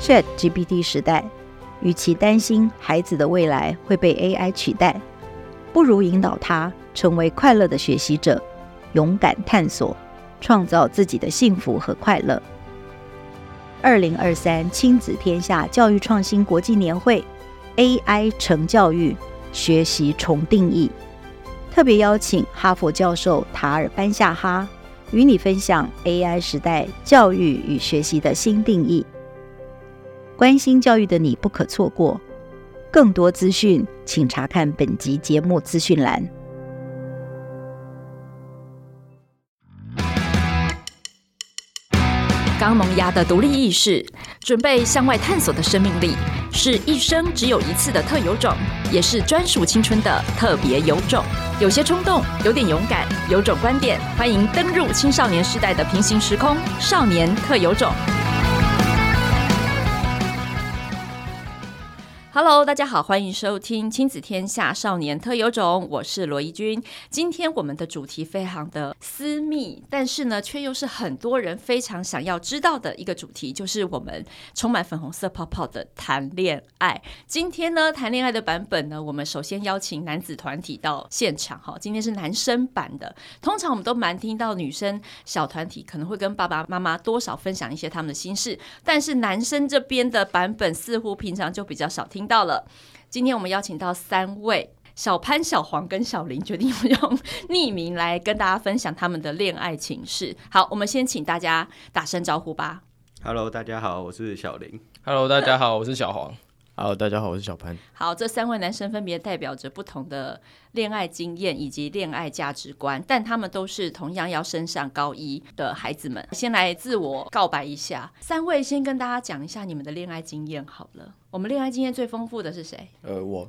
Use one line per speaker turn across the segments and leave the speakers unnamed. Chat GPT 时代，与其担心孩子的未来会被 AI 取代，不如引导他成为快乐的学习者，勇敢探索，创造自己的幸福和快乐。二零二三亲子天下教育创新国际年会，AI 成教育学习重定义，特别邀请哈佛教授塔尔班夏哈与你分享 AI 时代教育与学习的新定义。关心教育的你不可错过，更多资讯请查看本集节目资讯栏。
刚萌芽的独立意识，准备向外探索的生命力，是一生只有一次的特有种，也是专属青春的特别有种。有些冲动，有点勇敢，有种观点，欢迎登入青少年时代的平行时空——少年特有种。Hello，大家好，欢迎收听《亲子天下少年特有种》，我是罗伊君。今天我们的主题非常的私密，但是呢，却又是很多人非常想要知道的一个主题，就是我们充满粉红色泡泡的谈恋爱。今天呢，谈恋爱的版本呢，我们首先邀请男子团体到现场哈，今天是男生版的。通常我们都蛮听到女生小团体可能会跟爸爸妈妈多少分享一些他们的心事，但是男生这边的版本似乎平常就比较少听到了。今天我们邀请到三位。小潘、小黄跟小林决定用匿名来跟大家分享他们的恋爱情事。好，我们先请大家打声招呼吧。
Hello，大家好，我是小林。
Hello，大家好，我是小黄。
Hello，大家好，我是小潘。
好，这三位男生分别代表着不同的恋爱经验以及恋爱价值观，但他们都是同样要升上高一的孩子们。先来自我告白一下，三位先跟大家讲一下你们的恋爱经验好了。我们恋爱经验最丰富的是谁？
呃，我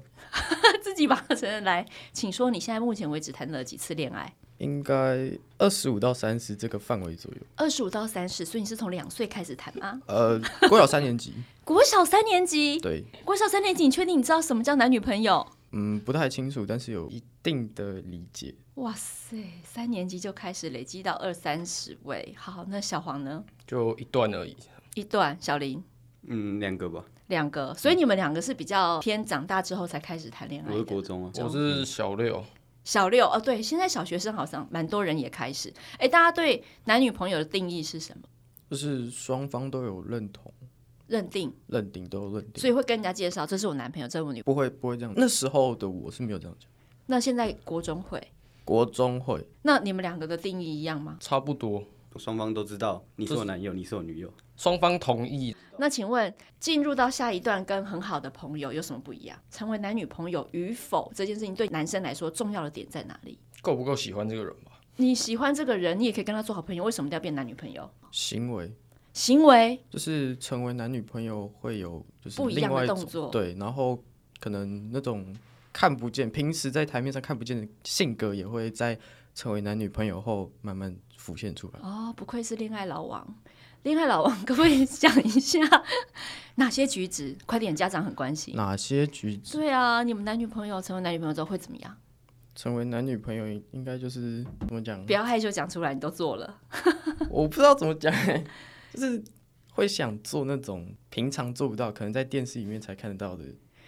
自己吧，承认来，请说你现在目前为止谈了几次恋爱？
应该二十五到三十这个范围左右。
二十五到三十，所以你是从两岁开始谈吗？
呃，国小三年级，
国小三年级，
对，
国小三年级，你确定你知道什么叫男女朋友？
嗯，不太清楚，但是有一定的理解。
哇塞，三年级就开始累积到二三十位。好，那小黄呢？
就一段而已，
一段，小林
嗯，两个吧，
两个，所以你们两个是比较偏长大之后才开始谈恋爱
我
的。
是国中啊。
我是小六，
小六哦，对，现在小学生好像蛮多人也开始。哎，大家对男女朋友的定义是什么？
就是双方都有认同、
认定，
认定，都有认定，
所以会跟人家介绍，这是我男朋友，这是我女。
不会不会这样。那时候的我是没有这样讲，
那现在国中会，
国中会
那你们两个的定义一样吗？
差不多，
双方都知道你是我男友，你是我女友。
双方同意。
那请问，进入到下一段跟很好的朋友有什么不一样？成为男女朋友与否这件事情，对男生来说重要的点在哪里？
够不够喜欢这个人吧？
你喜欢这个人，你也可以跟他做好朋友，为什么一定要变男女朋友？
行为
行为
就是成为男女朋友会有就是
不一样
另外
的
一
动
种
作
对，然后可能那种看不见，平时在台面上看不见的性格，也会在成为男女朋友后慢慢浮现出来。
哦，不愧是恋爱老王。恋爱老王，可不可以讲一下哪些举止？快点，家长很关心。
哪些举止
对啊，你们男女朋友成为男女朋友之后会怎么样？
成为男女朋友应该就是怎么讲
不？要害羞讲出来，你都做了。
我不知道怎么讲、欸， 就是会想做那种平常做不到，可能在电视里面才看得到的，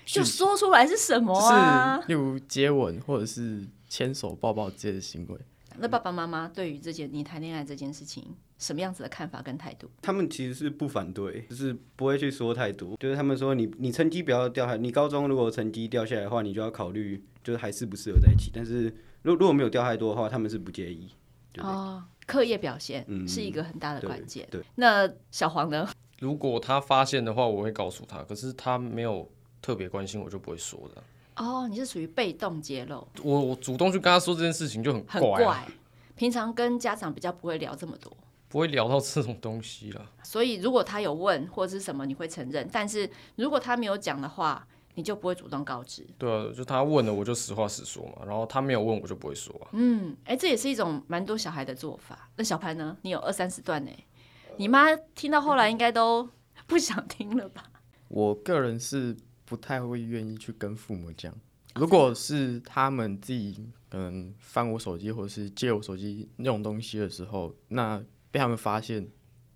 就说出来是什么啊？
就是例如接吻或者是牵手、抱抱之类的行为。
那爸爸妈妈对于这件你谈恋爱这件事情，什么样子的看法跟态度？
他们其实是不反对，就是不会去说太多。就是他们说你你成绩不要掉下来，你高中如果成绩掉下来的话，你就要考虑就是还适不适合在一起。但是如如果没有掉太多的话，他们是不介意。对不对
哦，课业表现
嗯
是一个很大的
对
关键。
对
那小黄呢？
如果他发现的话，我会告诉他。可是他没有特别关心，我就不会说的。
哦，你是属于被动揭露，
我我主动去跟他说这件事情就很
很
怪,、啊
平常跟家长比较不会聊这么多，
不会聊到这种东西啦。
所以如果他有问或者是什么，你会承认；但是如果他没有讲的话，你就不会主动告知。
对啊，就他问了，我就实话实说嘛。然后他没有问，我就不会说啊。
嗯，哎、这也是一种蛮多小孩的做法。那小潘呢？你有二三十段呢、你妈听到后来应该都不想听了吧？
我个人是不太会愿意去跟父母讲，如果是他们自己可能翻我手机或者是借我手机那种东西的时候，那被他们发现，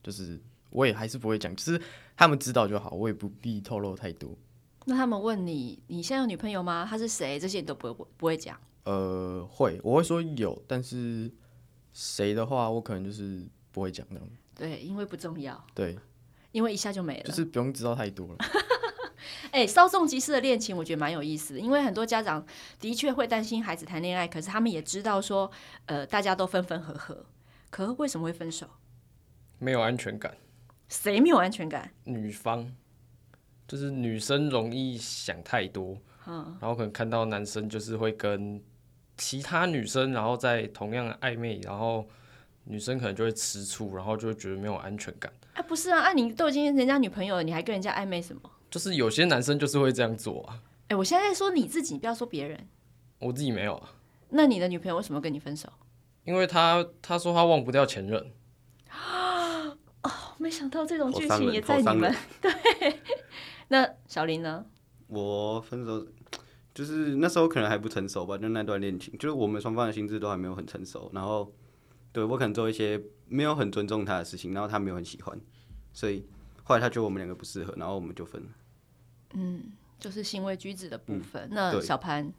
就是我也还是不会讲，就是他们知道就好，我也不必透露太多。
那他们问你，你现在有女朋友吗？她是谁？这些你都不会不会讲。
呃，会，我会说有，但是谁的话，我可能就是不会讲这样。
对，因为不重要，
对，
因为一下就没了。
就是不用知道太多了。
哎，稍纵即逝的恋情，我觉得蛮有意思的，因为很多家长的确会担心孩子谈恋爱，可是他们也知道说，呃，大家都分分合合，可为什么会分手？
没有安全感。
谁没有安全感？
女方就是女生容易想太多，
嗯，
然后可能看到男生就是会跟其他女生，然后在同样的暧昧，然后女生可能就会吃醋，然后就会觉得没有安全感。
啊，不是啊，啊，你都已经是人家女朋友了，你还跟人家暧昧什么？
就是有些男生就是会这样做啊，
哎，我现在在说你自己，不要说别人。
我自己没有啊，
那你的女朋友为什么跟你分手？
因为他他说他忘不掉前任，
哦，没想到这种剧
好伤
情
人
也在你
好伤
们
人
那小林呢？
我分手就是那时候可能还不成熟吧，就那段恋情，就是我们双方的心智都还没有很成熟。然后对我可能做一些没有很尊重他的事情，然后他没有很喜欢，所以后来他觉得我们两个不适合，然后我们就分了。
就是行为举止的部分。那
对
小潘，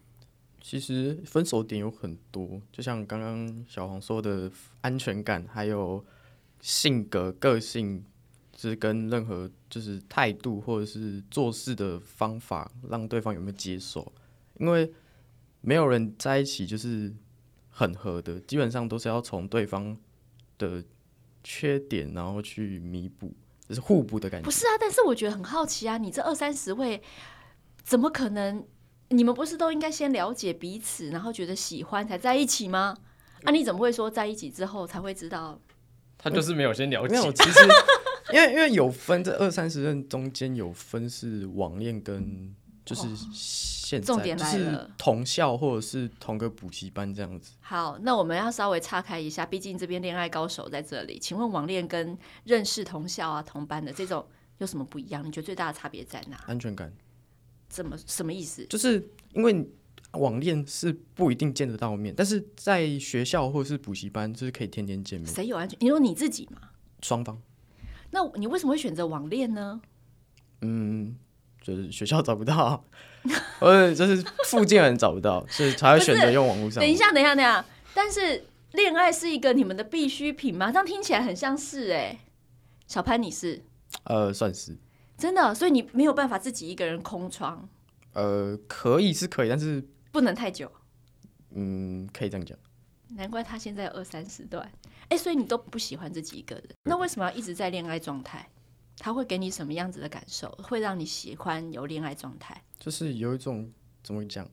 其实分手点有很多，就像刚刚小黄说的，安全感，还有性格、个性，就是跟任何就是态度或者是做事的方法，让对方有没有接受。因为没有人在一起就是很合的，基本上都是要从对方的缺点，然后去弥补，就是互补的感觉
不。是啊，但是我觉得很好奇啊，你这二三十位，怎么可能？你们不是都应该先了解彼此，然后觉得喜欢才在一起吗？啊，你怎么会说在一起之后才会知道？
他就是没有先了
没
解。
有，其实因为因为有分，这二三十任中间有分是网恋跟就是现在，
哦重点
就
来
是
了
同校或者是同个补习班这样子。
好，那我们要稍微岔开一下，毕竟这边恋爱高手在这里。请问网恋跟认识同校啊、同班的这种有什么不一样？你觉得最大的差别在哪？
安全感
怎么什么意思？
就是因为网恋是不一定见得到面，但是在学校或者是补习班就是可以天天见面，
谁有安全？你说你自己嘛？
双方
那你为什么会选择网恋呢？
就是学校找不到， 或者就是附近的人找不到，所以才会选择用网络上
等。一下，等一下，等一下。但是恋爱是一个你们的必需品吗？这样听起来很像是哎、小潘你是
呃，算是
真的，所以你没有办法自己一个人空窗，
呃可以是可以，但是
不能太久。
嗯可以这样讲。
难怪他现在有二三十段，哎、所以你都不喜欢自己一个人，那为什么要一直在恋爱状态？他会给你什么样子的感受？会让你喜欢有恋爱状态？
就是有一种怎么讲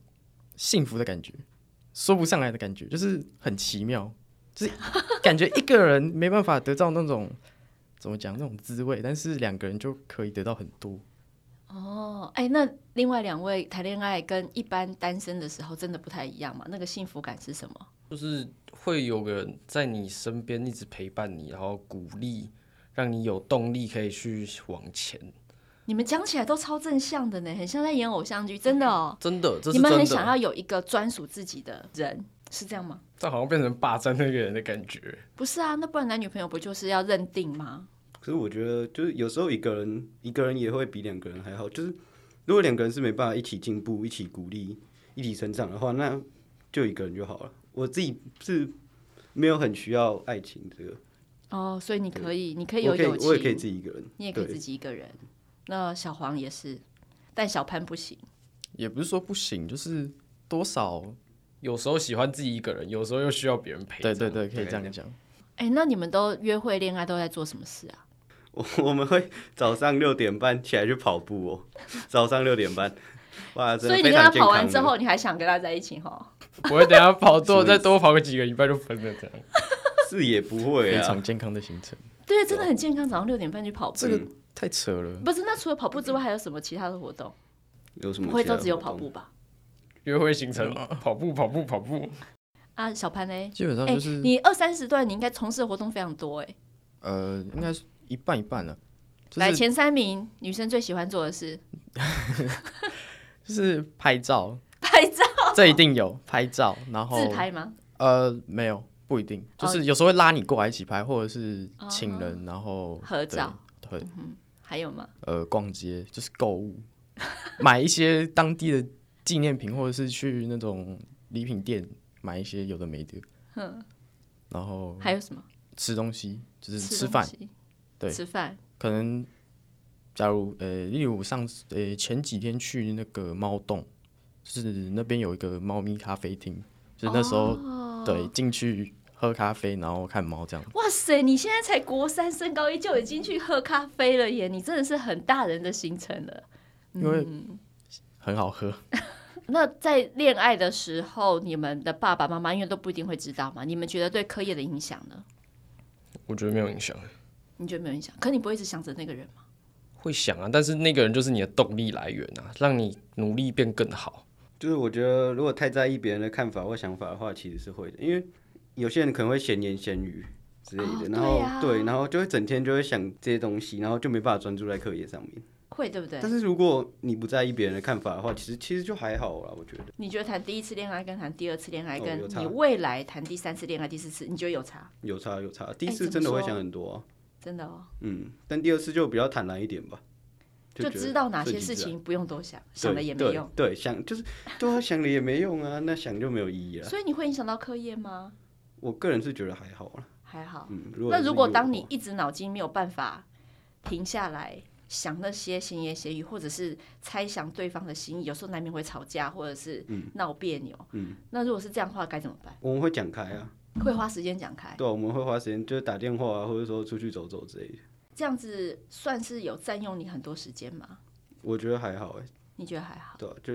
幸福的感觉，说不上来的感觉，就是很奇妙，就是感觉一个人没办法得到那种怎么讲那种滋味，但是两个人就可以得到很多。
哦，哎、那另外两位谈恋爱跟一般单身的时候真的不太一样嘛？那个幸福感是什么？
就是会有个人在你身边一直陪伴你，然后鼓励，让你有动力可以去往前。
你们讲起来都超正向的呢，很像在演偶像剧，真的哦。
真的，这
你
是
们
真
很想
的。
要有一个专属自己的人，是这样吗？
这好像变成霸占那个人的感觉。
不是啊，那不然男女朋友不就是要认定吗？
可是我觉得，就是有时候一个人一个人也会比两个人还好。就是如果两个人是没办法一起进步、一起鼓励、一起成长的话，那就一个人就好了。我自己是没有很需要爱情这个，
哦，所以你可以，你可以有
我可
友
以我也可以自
情，
己一个人，
你也可以
对
自己一个人。那小黄也是，但小潘不行。
也不是说不行，就是多少
有时候喜欢自己一个人，有时候又需要别人陪。
对
这
对
样
对，可
对
以这样讲。
哎、那你们都约会、恋爱都在做什么事啊？
我 我们会早上六点半起来去跑步哦，早上六点半，哇，真
所
的
以你
非
跟他
常健
跑完
康
之
的。
后，你还想跟他在一起哈？
不会等下跑多，
什么
再
意思
多跑个几个礼拜就分了这 样。
是也不会
非
啊
常，健康的行程，
对，真的很健康，早上六点半去跑步。
这个太扯了。
不是，那除了跑步之外，还有什么其他的活动？
有什么
不会
嗯其他
都
的
只有
活
跑
动
步吧？
约会行程，跑步跑步跑步。
啊，小潘呢？
基本上
哎、
就是、
你二三十段，你应该从事的活动非常多哎、
呃，应该是一半一半了、就
来
是
前三名，女生最喜欢做的事，
就是拍照，
拍照
这一定有拍照，然后
自拍吗？
呃，没有，不一定，就
哦
是有时候会拉你过来一起拍，或者是请
哦
人、然后
合
对
照
对，
还有吗？
呃，逛街就是购物， 买一些当地的纪念品，或者是去那种礼品店买一些有的没的。然后
还有什么？
吃东西，就是嗯吃
东
饭，
西
对
吃饭。
可能假如呃，例如上次呃前几天去那个猫洞，就是那边有一个猫咪咖啡厅，就是那时候、
哦
对进去喝咖啡，然后看猫这样。
哇塞，你现在才国三升高一就已经去喝咖啡了耶！你真的是很大人的行程了。
因为很好喝。
那在恋爱的时候，你们的爸爸妈妈因为都不一定会知道嘛，你们觉得对课业的影响呢？
我觉得没有影响，
你觉得没有影响？可你不会一直想着那个人吗？
会想啊，但是那个人就是你的动力来源啊，让你努力变更好。
就是我觉得，如果太在意别人的看法或想法的话，其实是会的，因为有些人可能会闲言闲语之类
哦
的，然后
对啊
对，然后就会整天就会想这些东西，然后就没办法专注在课业上面。
会对不对
但？是如果你不在意别人的看法的话，其实其实就还好啦，我觉得。
你觉得谈第一次恋爱跟谈第二次恋爱，
哦
跟
有差
你未来谈第三次恋爱、第四次，你觉得有差？
有差有差，第一
哎怎
次
么
真的会
说
想很多啊、
真的哦，
嗯，但第二次就比较坦然一点吧，
就
觉得
知道哪些
顺其
事
自然
情不用多想，想了也没
啊对
用。
对，对想就是对啊，想了也没用啊，那想就没有意义了。
所以你会影响到课业吗？
我个人是觉得还好啦，
还好。
嗯，如果
那
是
如果
以我
当
的
你
话
一直脑筋没有办法停下来想那些闲言闲语，或者是猜想对方的心意，有时候难免会吵架或者是闹别扭。嗯，那如果是这样的话，该怎么办？
我们会讲开啊，
会花时间讲开，
对啊，我们会花时间就是打电话啊，或者说出去走走之类的，
这样子算是有占用你很多时间吗？
我觉得还好哎、
你觉得还好？
对啊、就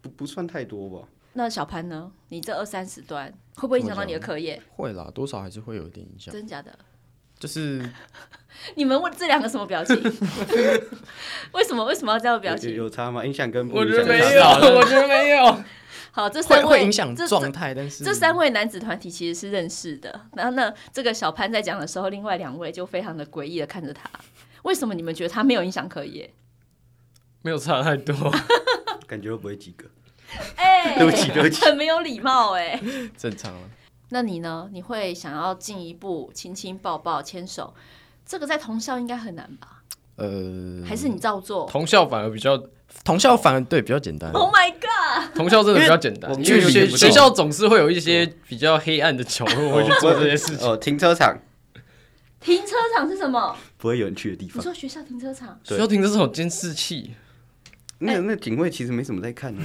不不算太多吧。
那小潘呢？你这二三十段会不会影响到你的课业？
会啊啦，多少还是会有一点影响。
真假的？
就是
你们问这两个什么表 情？为什么为什么要这样的表
有有
情？
有差吗？影响跟不
我
影
觉得
响
没
差
有，
大
我觉得没有。
好，这三
会
位
会影响
这这
状态，但是
这三位男子团体其实是认识的。然后呢，这个小潘在讲的时候，另外两位就非常的诡异的看着他。为什么你们觉得他没有影响课业？
没有差太多，
感觉会不会及格？
哎、
对不起对不起
很没有礼貌哎、
正常了。
那你呢？你会想要进一步亲亲抱抱牵手？这个在同校应该很难吧？
嗯
呃，
还是你照做
同校反而比较，
同校反而对比较简单，
？Oh my god！
同校真的比较简单
因，为
因为
我们
学
有些
学校总是会有一些比较黑暗的角落会去做这些事情。
哦，停车场
停车场是什么？
不会有人去的地
你
方。
说学校停车场？
学校停车场有监视器，
哎
那那警卫其实没什么在看啊。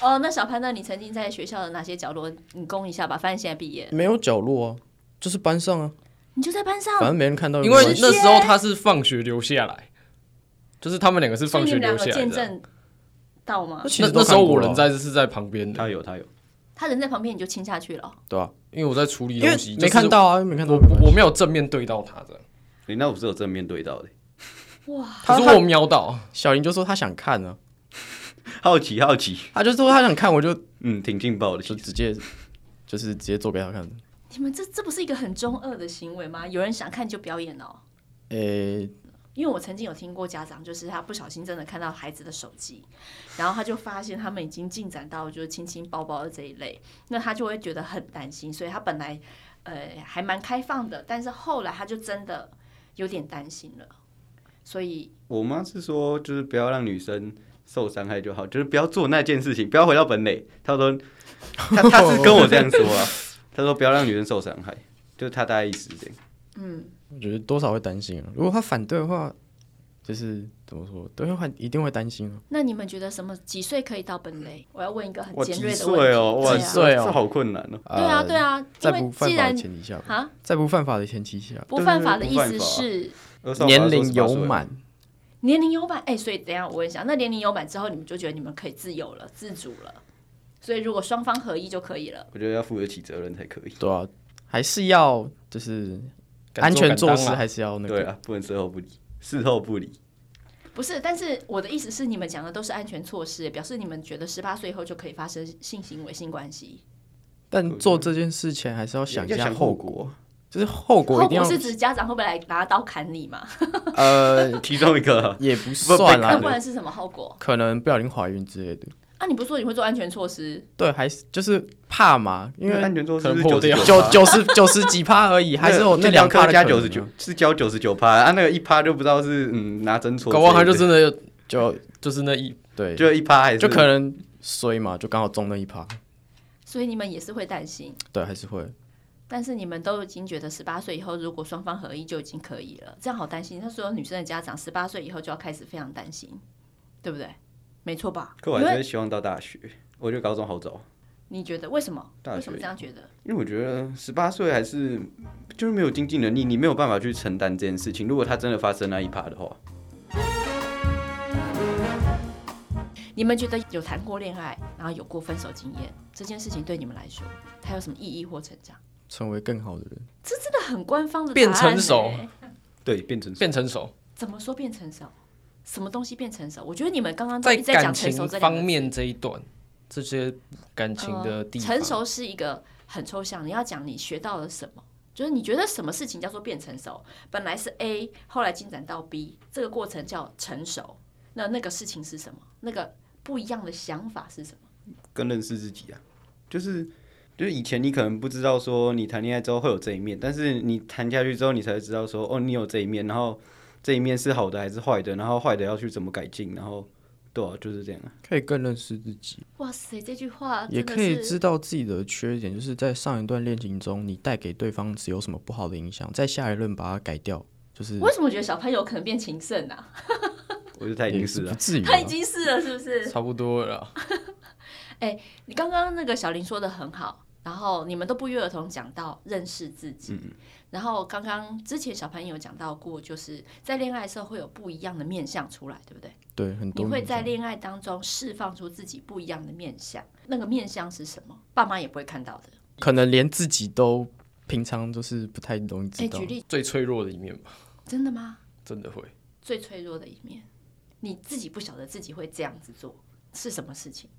哦，那小潘呢？你曾经在学校的哪些角落？你攻一下吧，反正现在毕业，
没有角落啊，就是班上啊，
你就在班上，
反正没人看到也
因
呃没关
为
系。
那时候他是放学留下来，就是他们两个是
所以
放
你
学
们两
留
个
下来
见
的啊。
证到吗
那？其
那
实都
那时候
看过啊
我
了
人在是在旁边的，
他有他有，
他人在旁边，你就亲下去了哦。
对吧？
因为我在处理
因
东西，
为
就是
没看到啊，没看到
我
没关系。
我没有正面对到他的，
你那我是有正面对到的，
可是我瞄到，
小林就说他想看呢，
好奇好奇，
他就说他想看，我就
嗯，挺劲爆的。
就
其实
直接就是直接做给他看。
你们这这不是一个很中二的行为吗？有人想看就表演哦。
诶，
因为我曾经有听过家长，就是他不小心真的看到孩子的手机，然后他就发现他们已经进展到就是亲亲抱抱的这一类，那他就会觉得很担心，所以他本来呃还蛮开放的，但是后来他就真的有点担心了，所以
我妈是说，就是不要让女生受伤害就好，就是不要做那件事情，不要回到本垒。她说，她她 是跟我这样说啊，她说不要让女生受伤害，就是她大概意思是这样。
我觉得多少会担心啊。如果他反对的话，就是怎么说，都会一定会担心啊。
那你们觉得什么几岁可以到本垒？我要问一个很
哇，
尖
几
锐的问
岁
题。
哦，哇，
对啊
几岁哦
这好困难哦。
对啊，对
啊，
啊，
在
因
不
为
犯
既
法的
然
前提下吧，
啊
在不犯法的前提下，
不
对
犯
对
法
对
的
不
意
犯
思
法啊
是
二少华
年龄
说18
有
岁，
满，
年龄有满，哎、所以等一下我问一下，那年龄有满之后，你们就觉得你们可以自由了、自主了，所以如果双方合一就可以了。
我觉得要负得起责任才可以。
对啊，还是要就是安全措施，还是要那
对
个。
啊，不能事后不理，事后不理。
不是，但是我的意思是，你们讲的都是安全措施，表示你们觉得十八岁以后就可以发生性行为、性关系。
但做这件事前还是要想一
要
下
想
后
后
果，
果，
就是后果
后
一定
果
要
是指家长会不会来拿刀砍你嘛？
呃
其中一个啊
也不算
不
啦
那
看
不，然是什么后果？
可能不小心怀孕之类的。
啊，你不是说你会做安全措施？
对，还是就是怕嘛，因为
安全措施
可能
是
破掉
99%
九九十九十几趴 而已，还是有
啊那
两
科
趴
加九十九，是交九十九趴啊，那个一趴就不知道是嗯拿针戳之类的，
搞不好他就真的有
就
就是那一
对，就
就一趴还是
就可能衰嘛，就刚好中那一趴，
所以你们也是会担心，
对，还是会
但是你们都已经觉得十八岁以后，如果双方合意就已经可以了，这样好担心。那所有女生的家长十八岁以后就要开始非常担心，对不对？没错吧？
可我
因
还是
为
会希望到大学，我觉得高中好早，
你觉得为什么？
大学
为什么这样觉得？
因为我觉得十八岁还是就是没有经济能力，你没有办法去承担这件事情。如果它真的发生那一趴的话，
你们觉得有谈过恋爱，然后有过分手经验这件事情，对你们来说，它有什么意义或成长？
成为更好的人。
这很官方的答案
变成熟
欸
对，变成
变成熟，
怎么说变成熟？什么东西变成熟？我觉得你们刚刚都
在
一直在
感
讲成熟
情
这两
方
个字
面这一段，这些感情的地方，
成熟是一个很抽象，你要讲你学到了什么，就是你觉得什么事情叫做变成熟？本来是 A，后来进展到 B，这个过程叫成熟。那那个事情是什么？那个不一样的想法是什么？
更认识自己啊，就是。就是以前你可能不知道说你谈恋爱之后会有这一面，但是你谈下去之后，你才会知道说哦，你有这一面，然后这一面是好的还是坏的，然后坏的要去怎么改进，然后对啊，就是这样啊。
可以更认识自己，
哇塞，这句话
也
啊真的
可以
是
知道自己的缺点，就是在上一段恋情中，你带给对方只有什么不好的影响，在下一任把它改掉，就是
为什么觉得小朋友可能变情圣啊？
我觉得他已
也
经
是
是
不
了，
至于啊。
他已经是了，是不是？
差不多了啦。
你刚刚那个小林说的很好，然后你们都不约而同讲到认识自己，
嗯
然后刚刚之前小潘有讲到过，就是在恋爱的时候会有不一样的面相出来，对不对？
对很
你
多
会
面
在
向
恋爱当中释放出自己不一样的面相，那个面相是什么？爸妈也不会看到的。
可能连自己都平常就是不太容易知
哎，
道
举。例，
最脆弱的一面吧，
真的吗？
真的会。
最脆弱的一面，你自己不晓得自己会这样子做是什么事情？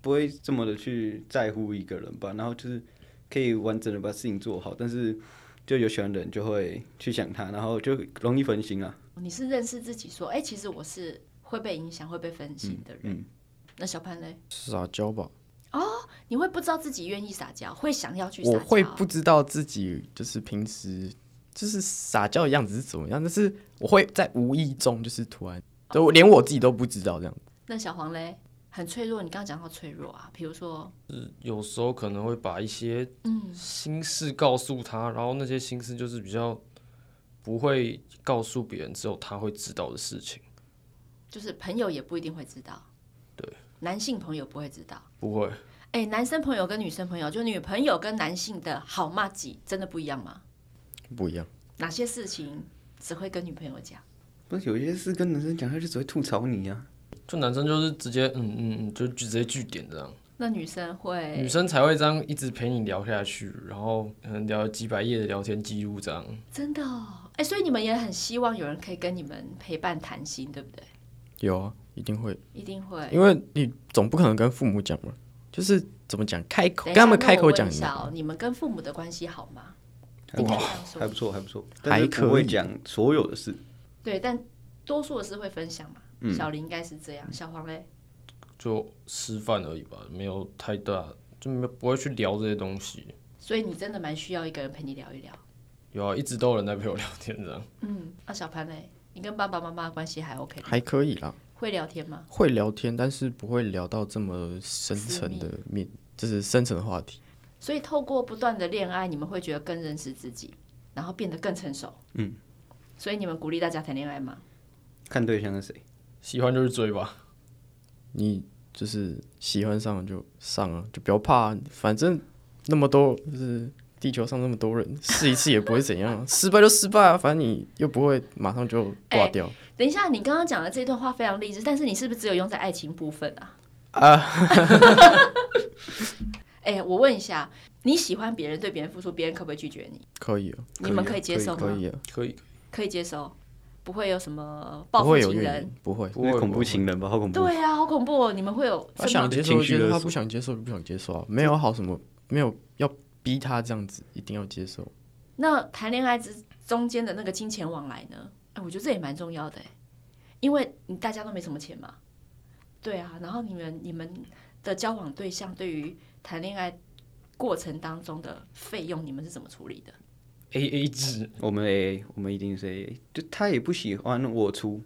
不会这么的去在乎一个人吧，然后就是可以完整的把事情做好，但是就有喜欢的人就会去想他，然后就容易分心啊。
你是认识自己说，哎，其实我是会被影响、会被分心
嗯
的人。那小潘嘞，
撒娇吧，
你会不知道自己愿意撒娇，会想要去撒娇？
我会不知道自己就是平时就是撒娇的样子是怎么样，但是我会在无意中就是突然，
哦
对我连我自己都不知道这样。
那小黄嘞，很脆弱。你刚刚讲到脆弱啊，比如说，
有时候可能会把一些
嗯，
心事告诉他，然后那些心事就是比较不会告诉别人，只有他会知道的事情，
就是朋友也不一定会知道，
对，
男性朋友不会知道。
不会。
哎、男生朋友跟女生朋友，就女朋友跟男性的好骂几真的不一样吗？
不一样，
哪些事情只会跟女朋友讲？
不是有些事跟男生讲，他就只会吐槽你啊。
就男生就是直接嗯嗯嗯，就直接据点这样，
那女生
女
会
生才会这样一直陪你聊下去，然后可能聊几百页的聊天记录这样。
真的哦，哎、所以你们也很希望有人可以跟你们陪伴谈心，对不对？
有啊，一定会，
一定会。
因为你总不可能跟父母讲嘛，就是怎么讲，开口
等
跟
一下
他们开口
那我
讲
问一
很
下
难，
哦，你们跟父母的关系好吗？
还不
你可以
错，
这样说
还不错，还不错，
还
但是
可以
不会讲所有的事，
对，但多数的是会分享嘛。
嗯
小林应该是这样，小黄嘞，
就吃饭而已吧，没有太大，就没有不会去聊这些东西。
所以你真的蛮需要一个人陪你聊一聊。
有啊，一直都有人在陪我聊天这样。
嗯，那、小潘嘞，你跟爸爸妈妈的关系还 OK，吗
还可以啦，
会聊天吗？
会聊天，但是不会聊到这么深层的面，就是深层的话题。
所以透过不断的恋爱，你们会觉得更认识自己，然后变得更成熟。嗯，所以你们鼓励大家谈恋爱吗？
看对象是谁。
喜欢就是追吧，
你就是喜欢上了就上啊，就不要怕啊，反正那么多就是地球上那么多人，试一次也不会怎样啊，失败就失败啊，反正你又不会马上就挂掉。
等一下，你刚刚讲的这段话非常励志，但是你是不是只有用在爱情部分啊？啊， 哎、我问一下，你喜欢别人，对别人付出，别人可不可以拒绝你？
可以啊，
你们可以接受吗
可？以啊，
可以。
可以接受，不会有什么报
不
复
会有
情
怨
人
言。，不会。
不会
那恐
不
怖
会
情人吧，好恐怖。
对啊，好恐怖哦！你们会有
他
真
想
的吗
接受
情
就
绪
接受，
勒
他
索
不想接受就不想接受啊，没有好什么，没有要逼他这样子一定要接受。
那谈恋爱之中间的那个金钱欸往来呢？哎，我觉得这也蛮重要的哎，因为你大家都没什么钱嘛，对啊，然后你们你们的交往对象对于谈恋爱过程当中的费用，你们是怎么处理的？
A A 制，
我们 A A，我们一定是 A A。就他也不喜欢我出，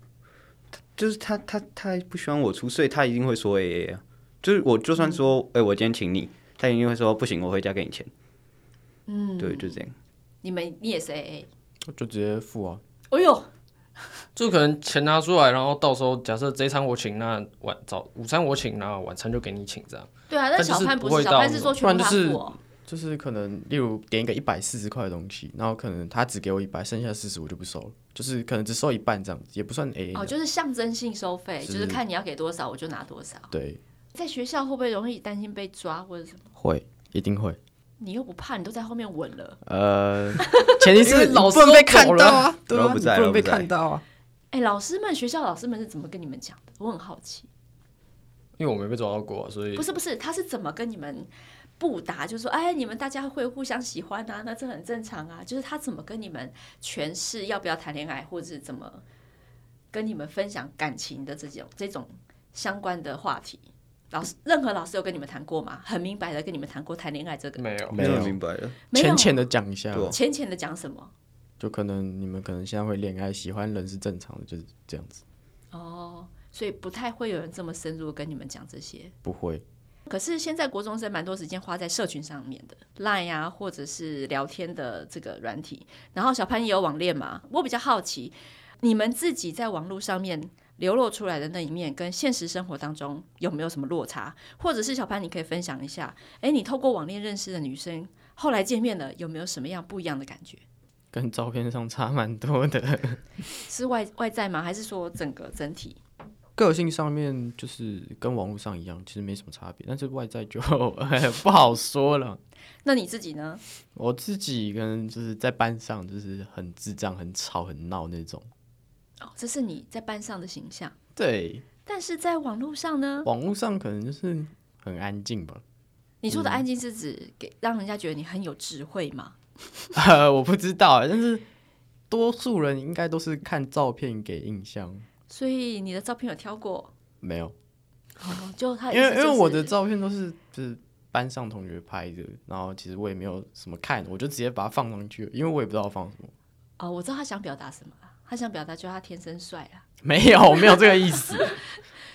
他就是他他他不喜欢我出，所以他一定会说 A A 啊。就是我就
嗯
算说，哎、我今天请你，他一定会说不行，我回家给你钱。嗯，对，就这样。
你们你也是 AA？
就直接付啊。
哎呦，
就可能钱拿出来，然后到时候假设这一餐我请，那晚早午餐我请，那晚餐就给你请这样。
对啊，但
但就是
小潘
不
是，
会
小
到
潘是说全部他
不然就是
付哦。
就是可能，例如点一个一百四十块的东西，然后可能他只给我一百，剩下四十我就不收了，就是可能只收一半这样子，也不算 A A、
哦，就是象征性收费，就是
是
看你要给多少，我就拿多少。
对，
在学校会不会容易担心被抓或者什么？
会一定会。
你又不怕，你都在后面吻了。
呃，前提
因为
是
老师
不能被
都
看
走
到啊，对
然
啊，
后不
你
在
不
了
能被
不在
看到啊。
哎、老师们，学校老师们是怎么跟你们讲的？我很好奇。
因为我没被抓到过啊，所以
不是不是，他是怎么跟你们布达？就是说，哎，你们大家会互相喜欢啊，那这很正常啊。就是他怎么跟你们诠释要不要谈恋爱，或者是怎么跟你们分享感情的这种这种相关的话题。老师，任何老师有跟你们谈过吗？很明白的跟你们谈过谈恋爱这个，
没有
没
有
有
人明白了，
没有
浅浅的讲一下
对，啊
浅浅的讲什么？
就可能你们可能现在会恋爱，喜欢人是正常的，就是这样子，
哦，所以不太会有人这么深入地跟你们讲这些。
不会。
可是现在国中生蛮多时间花在社群上面的，Line 啊，或者是聊天的这个软体。然后小潘也有网恋嘛，我比较好奇，你们自己在网络上面流露出来的那一面，跟现实生活当中有没有什么落差？或者是小潘，你可以分享一下，诶，你透过网恋认识的女生，后来见面了，有没有什么样不一样的感觉？
跟照片上差蛮多的，
是外外在吗？还是说整个整体？
个性上面就是跟网络上一样，其实没什么差别，但是外在就 不好说了。
那你自己呢？
我自己跟就是在班上就是很智障、很吵、很闹那种。
哦，这是你在班上的形象。
对，
但是在网络上呢，
网络上可能就是很安静吧。
你
嗯
说的安静是指给让人家觉得你很有智慧吗？
呃，我不知道，但是多数人应该都是看照片给印象，
所以你的照片有挑过，
没有，
哦，就他
因为
意思
因
就是
为我的照片都是就是班上同学拍的，然后其实我也没有什么看，我就直接把它放上去，因为我也不知道放什么。
哦，我知道他想表达什么啦，他想表达就是他天生帅啦。
没有，没有这个意思。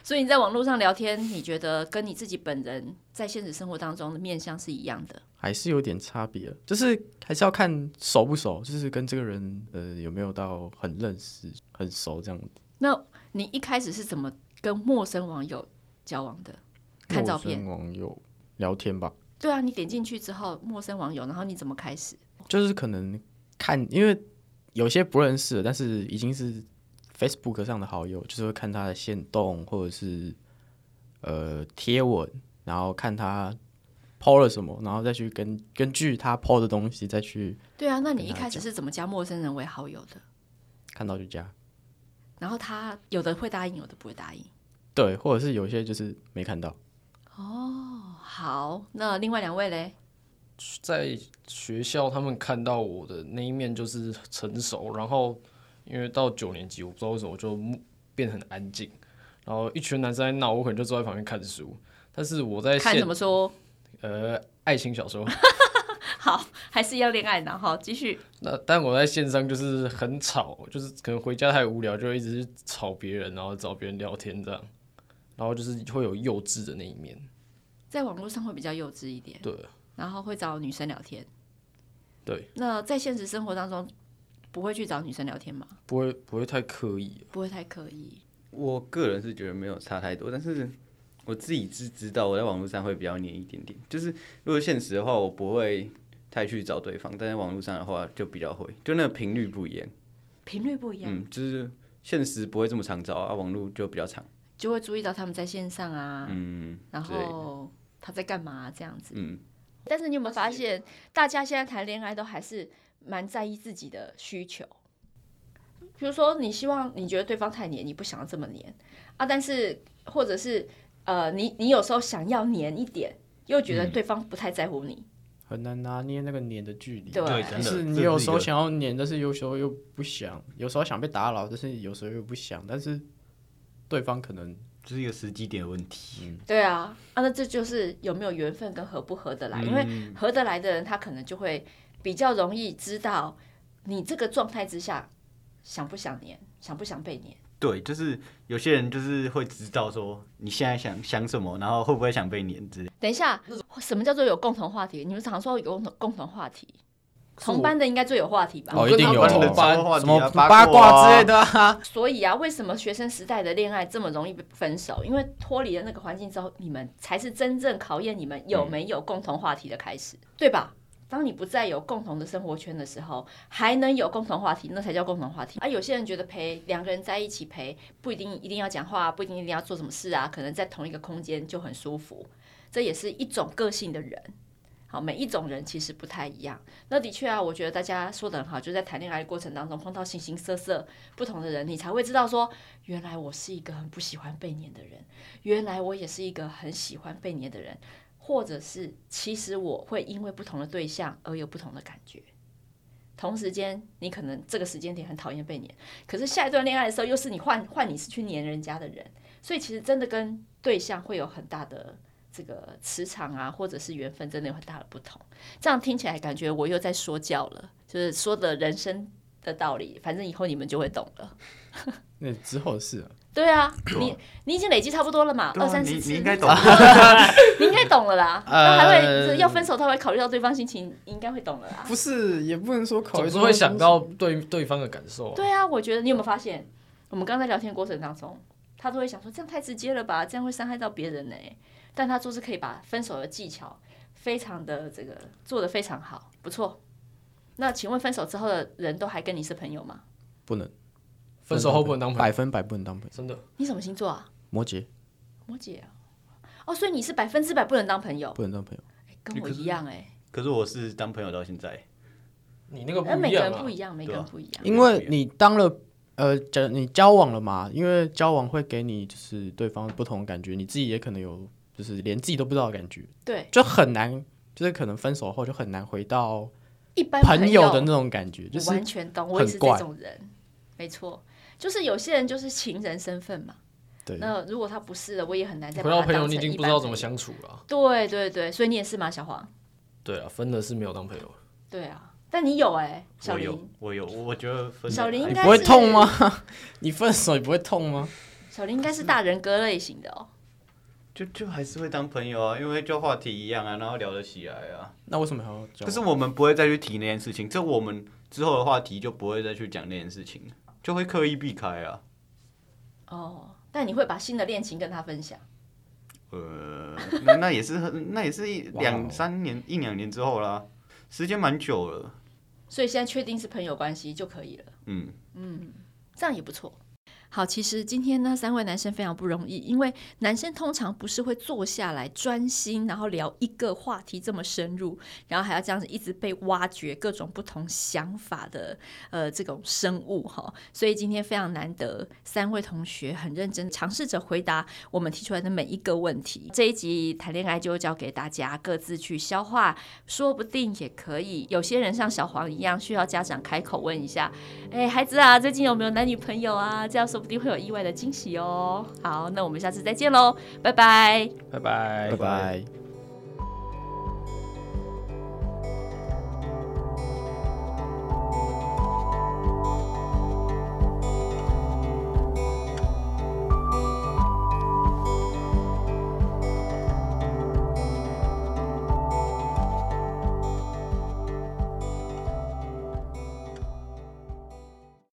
所以你在网络上聊天，你觉得跟你自己本人在现实生活当中的面相是一样的？
还是有点差别，就是还是要看熟不熟，就是跟这个人呃有没有到很认识、很熟这样子。
那你一开始是怎么跟陌生网友交往的？看照片，
陌生网友聊天吧，
对啊，你点进去之后，陌生网友，然后你怎么开始？
就是可能看，因为有些不认识的，但是已经是 Facebook 上的好友，就是会看他的线动或者是呃贴文，然后看他 PO 了什么，然后再去根根据他 PO 的东西再去
对啊，那你一
跟他
开始是怎么加陌生人为好友的？
看到就加。
然后他有的会答应，有的不会答应。
对，或者是有些就是没看到，
好，那另外两位嘞？
在学校他们看到我的那一面就是成熟，然后因为到九年级，我不知道为什么我就变得很安静，然后一群男生在闹，我可能就坐在旁边看书，但是我在
看
现
什么书？
呃爱情小说，
好，还是要恋爱脑。好，继续。
那但我在线上就是很吵，就是可能回家太无聊，就会一直去吵别人，然后找别人聊天这样，然后就是会有幼稚的那一面，
在网络上会比较幼稚一点，
对
然后会找女生聊天。
对，
那在现实生活当中，不会去找女生聊天吗？
不会不会太刻意，
不会太刻意。
我个人是觉得没有差太多，但是我自己是知道我在网络上会比较黏一点点。就是如果现实的话，我不会太去找对方，但在网络上的话就比较会，就那个频率不一样。
频率不一样，
嗯，就是现实不会这么常找啊，网络就比较常。
就会注意到他们在线上啊，
嗯，
然
之类的
后他在干嘛、这样子。
嗯，
但是你有没有发现，大家现在谈恋爱都还是蛮在意自己的需求？比如说，你希望你觉得对方太黏，你不想要这么黏啊，但是或者是呃，你你有时候想要黏一点，又觉得对方不太在乎你，
很难拿捏那个黏的距离。
对对
就
真
是你有时候想要黏，但是有时候又不想；有时候想被打扰，但是有时候又不想。但是对方可能
就是一个时机点的问题。
对啊，啊，那这就是有没有缘分跟合不合得来，因为合得来的人，他可能就会比较容易知道你这个状态之下想不想黏，想不想被黏。
对，就是有些人就是会知道说你现在想想什么，然后会不会想被黏之类。
等一下，什么叫做有共同话题？你们常说有共同共同话题，同班的应该最有话题吧？
哦，一定有
我跟他们
哦
的八
卦
什么
啊八
八
卦啊
卦之类的啊。
所以啊，为什么学生时代的恋爱这么容易被分手？因为脱离了那个环境之后，你们才是真正考验你们有没有共同话题的开始，对吧？当你不再有共同的生活圈的时候，还能有共同话题，那才叫共同话题。啊而有些人觉得陪两个人在一起陪，不一定一定要讲话，不一定一定要做什么事啊，可能在同一个空间就很舒服，这也是一种个性的人。好，每一种人其实不太一样。那的确啊，我觉得大家说的很好，就在谈恋爱的过程当中碰到形形色色不同的人，你才会知道说，原来我是一个很不喜欢被黏的人，原来我也是一个很喜欢被黏的人，或者是其实我会因为不同的对象而有不同的感觉。同时间，你可能这个时间点很讨厌被黏，可是下一段恋爱的时候，又是你换换你是去黏人家的人，所以其实真的跟对象会有很大的这个磁场啊，或者是缘分，真的有很大的不同。这样听起来感觉我又在说教了，就是说的人生的道理，反正以后你们就会懂了。
那之后的事啊，
对啊，你你已经累积差不多了嘛，
对
二
啊，
三
你
十次，
你应该懂，
你应该懂了啦。那
呃
还会这要分手，他会考虑到对方心情，你应该会懂了啦。
不是也不能说考
总
虑，
是会想到对对方的感受啊。
对啊，我觉得你有没有发现，我们刚才聊天过程当中，他都会想说这样太直接了吧，这样会伤害到别人呢、但他就是可以把分手的技巧非常的这个做得非常好，不错。那请问分手之后的人都还跟你是朋友吗？
不能
分手后不能当朋
百
友，
分百不能当朋友。
真的。
你什么星座啊？
摩羯
摩羯啊。哦，所以你是百分之百不能当朋友，
不能当朋友，
哎跟我一样哎、
可是我是当朋友到现在，
你那个
那
不一
每个
样
人
啊
不，一样，每个人不一样。
因为你当了呃，交你交往了嘛，因为交往会给你就是对方不同的感觉，你自己也可能有就是连自己都不知道的感觉，
对，
就很难，就是可能分手后就很难回到
一般
朋
友
友的那种感觉，就
我
是
完全懂，我也是
很
这
怪
种人，没错，就是有些人就是情人身份嘛。
对
那如果他不是了，我也很难再
回
把
到
他
朋友
当
你已
成
经
一
不知
般
道怎
朋
么
友。
相处了啊。
对对对，所以你也是吗，小黄？
对啊，分了是没有当朋友。
对啊，但你有哎、小
我有
林，
我有，我我觉得分
小林应
你
该
不会
是
痛吗？你分手你不会痛吗？
小林应该是大人格类型的哦。
就就还是会当朋友啊，因为就话题一样啊，然后聊得起来啊。
那为什么还要交
可是
往？
我们不会再去提那件事情，这我们之后的话题就不会再去讲那件事情，就会刻意避开啊。
哦，但你会把新的恋情跟他分享，
呃，那那也是很那也是一
哇哦
两三年一两年之后啦，时间蛮久了，
所以现在确定是朋友关系就可以了。
嗯。
这样也不错。好，其实今天呢，三位男生非常不容易，因为男生通常不是会坐下来专心，然后聊一个话题这么深入，然后还要这样子一直被挖掘各种不同想法的呃这种生物哈，所以今天非常难得，三位同学很认真尝试着回答我们提出来的每一个问题。这一集谈恋爱就交给大家各自去消化，说不定也可以，有些人像小黄一样需要家长开口问一下，哎，孩子啊，最近有没有男女朋友啊？这样说不定会有意外的惊喜哦。好，那我们下次再见喽，拜拜。
拜拜拜拜。